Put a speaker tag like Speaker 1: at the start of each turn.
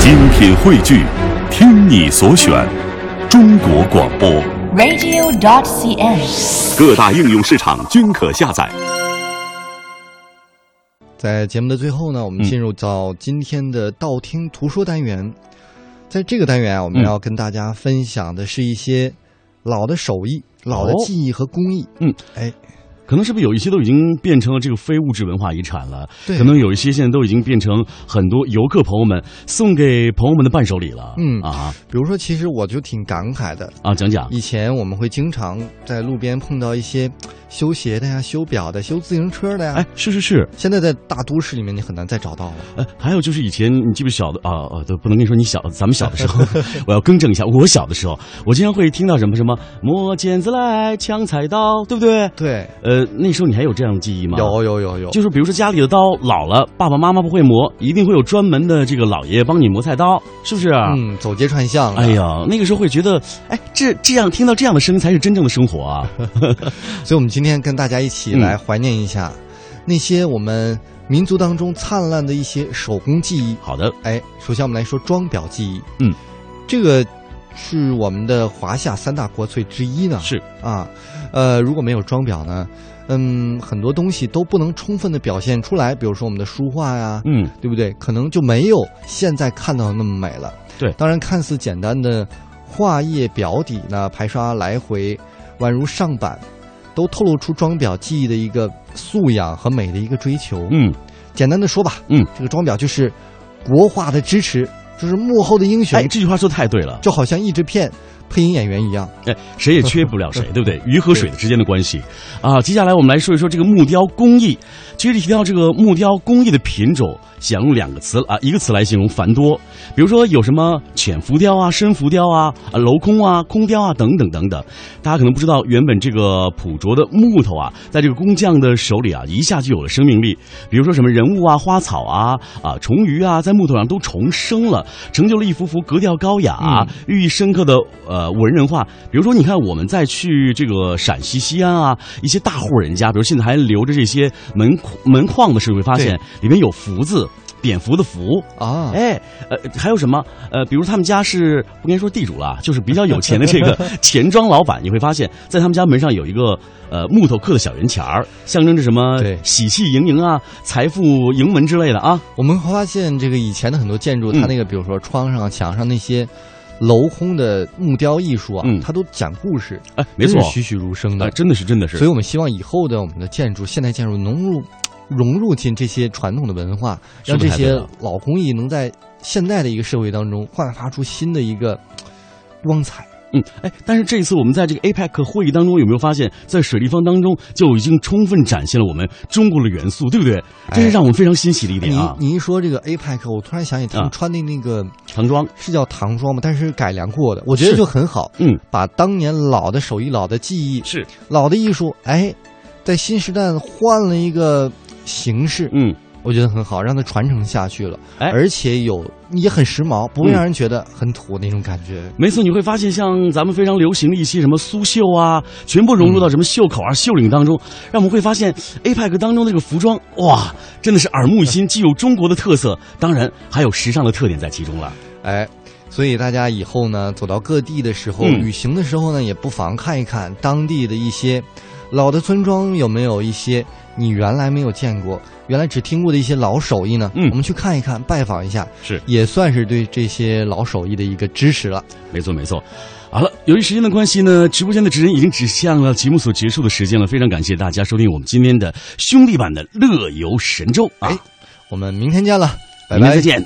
Speaker 1: 精品汇聚，听你所选，中国广播。
Speaker 2: radio.cn。
Speaker 1: 各大应用市场均可下载。
Speaker 3: 在节目的最后呢，我
Speaker 4: 嗯
Speaker 3: 们进入到今天的道听途说单元。在这个单元啊，我们
Speaker 4: 嗯
Speaker 3: 要跟大家分享的是一些老的手艺、老的
Speaker 4: 哦
Speaker 3: 技艺和工艺。
Speaker 4: 嗯，
Speaker 3: 哎，
Speaker 4: 可能是不是有一些都已经变成了这个非物质文化遗产了？
Speaker 3: 对
Speaker 4: 可能有一些现在都已经变成很多游客朋友们送给朋友们的伴手礼了。
Speaker 3: 嗯
Speaker 4: 啊
Speaker 3: 比如说，其实我就挺感慨的。
Speaker 4: 啊，讲讲
Speaker 3: 以前我们会经常在路边碰到一些修鞋的呀、修表的、修自行车的呀。
Speaker 4: 哎，是是是，
Speaker 3: 现在在大都市里面，你很难再找到了。
Speaker 4: 呃，还有就是以前你记不记得小的啊，呃，都不能跟你说你小，咱们小的 时候，我要更正一下，我小的时候，我经常会听到什么什么磨剪子来，抢菜刀，对不对？
Speaker 3: 对，
Speaker 4: 呃，那时候你还有这样的记忆吗？
Speaker 3: 有有有有，
Speaker 4: 就是比如说家里的刀老了，爸爸妈妈不会磨，一定会有专门的这个老爷爷帮你磨菜刀，是不是？啊
Speaker 3: 嗯，走街串巷的。
Speaker 4: 哎呀，那个时候会觉得，哎，这这样听到这样的声音才是真正的生活啊！
Speaker 3: 所以，我们今天跟大家一起
Speaker 4: 嗯
Speaker 3: 来怀念一下、那些我们民族当中灿烂的一些手工技艺。
Speaker 4: 好的，
Speaker 3: 哎，首先我们来说装裱技艺。
Speaker 4: 嗯，
Speaker 3: 这个是我们的华夏三大国粹之一呢。
Speaker 4: 是
Speaker 3: 啊，呃，如果没有装裱呢，嗯，很多东西都不能充分的表现出来，比如说我们的书画呀、
Speaker 4: 嗯，
Speaker 3: 对不对？可能就没有现在看到的那么美了。
Speaker 4: 对
Speaker 3: 当然看似简单的画页表底呢，排刷来回，宛如上板，都透露出装裱技艺的一个素养和美的一个追求。
Speaker 4: 嗯，
Speaker 3: 简单的说吧，
Speaker 4: 嗯，
Speaker 3: 这个装裱就是国画的支持，就是幕后的英雄，
Speaker 4: 哎，这句话说的太对了，
Speaker 3: 就好像译制片配音演员一样。
Speaker 4: 哎，谁也缺不了谁，对不对？鱼和水之间的关系啊。接下来我们来说一说这个木雕工艺。其实提到这个木雕工艺的品种，想用两个词啊，一个词来形容繁多，比如说有什么浅浮雕啊、深浮雕啊、啊镂空啊、空雕啊等等等等。大家可能不知道，原本这个朴拙的木头啊，在这个工匠的手里啊，一下就有了生命力。比如说什么人物啊、花草啊、啊虫鱼啊，在木头上都重生了，成就了一幅幅格调高雅、啊寓意深刻的呃文人画。比如说，你看我们再去这个陕西西安啊，一些大户人家，比如现在还留着这些门框门框的时候，会发现里面有福字。蝙蝠的蝠，
Speaker 3: 啊，
Speaker 4: 哎，呃，还有什么？呃，比如他们家是不该说地主了，就是比较有钱的这个 钱庄老板，你会发现在他们家门上有一个呃木头刻的小圆钱儿，象征着什么
Speaker 3: 对
Speaker 4: 喜气盈盈啊、财富盈门之类的啊。
Speaker 3: 我们发现这个以前的很多建筑，
Speaker 4: 嗯
Speaker 3: 它那个比如说窗上、墙上那些镂空的木雕艺术啊，
Speaker 4: 嗯
Speaker 3: 它都讲故事，
Speaker 4: 哎，没错
Speaker 3: 真是，栩栩如生的
Speaker 4: 哎，。真的是，真的是。
Speaker 3: 所以我们希望以后的我们的建筑，现代建筑融入融入进这些传统的文化，
Speaker 4: 说
Speaker 3: 让
Speaker 4: 得
Speaker 3: 这
Speaker 4: 太对
Speaker 3: 些
Speaker 4: 了
Speaker 3: 老工艺能在现代的一个社会当中焕发出新的一个光彩。
Speaker 4: 嗯，哎，但是这次我们在这个 APEC 会议当中，有没有发现，在水立方当中就已经充分展现了我们中国的元素，对不对？这是让我们非常欣喜的一点
Speaker 3: 你
Speaker 4: 啊！
Speaker 3: 哎你一说这个 APEC，我突然想起他们
Speaker 4: 啊
Speaker 3: 穿的那个
Speaker 4: 唐装，
Speaker 3: 是叫唐装吗？但是改良过的，我觉得
Speaker 4: 是
Speaker 3: 就很好。
Speaker 4: 嗯，
Speaker 3: 把当年老的手艺、老的技艺、
Speaker 4: 是，
Speaker 3: 老的艺术，哎，在新时代换了一个形式，
Speaker 4: 嗯，
Speaker 3: 我觉得很好，让它传承下去了，
Speaker 4: 哎
Speaker 3: 而且有也很时髦，不会让人觉得很土那种感觉。
Speaker 4: 没错，你会发现像咱们非常流行的一些什么苏绣啊，全部融入到什么袖口啊、袖领当中，让我们会发现 APEC 当中的这个服装，哇，真的是耳目一新，既有中国的特色，当然还有时尚的特点在其中了。
Speaker 3: 哎，所以大家以后呢，走到各地的时候，
Speaker 4: 嗯
Speaker 3: 旅行的时候呢，也不妨看一看当地的一些老的村庄有没有一些你原来没有见过、原来只听过的一些老手艺呢。
Speaker 4: 嗯
Speaker 3: 我们去看一看，拜访一下，
Speaker 4: 是
Speaker 3: 也算是对这些老手艺的一个支持了。
Speaker 4: 没错，没错。好了，由于时间的关系呢，直播间的指针已经指向了节目所结束的时间了。非常感谢大家收听我们今天的兄弟版的乐游神州啊，
Speaker 3: 哎我们明天见了，拜
Speaker 4: 明天
Speaker 3: 拜
Speaker 4: 再。见。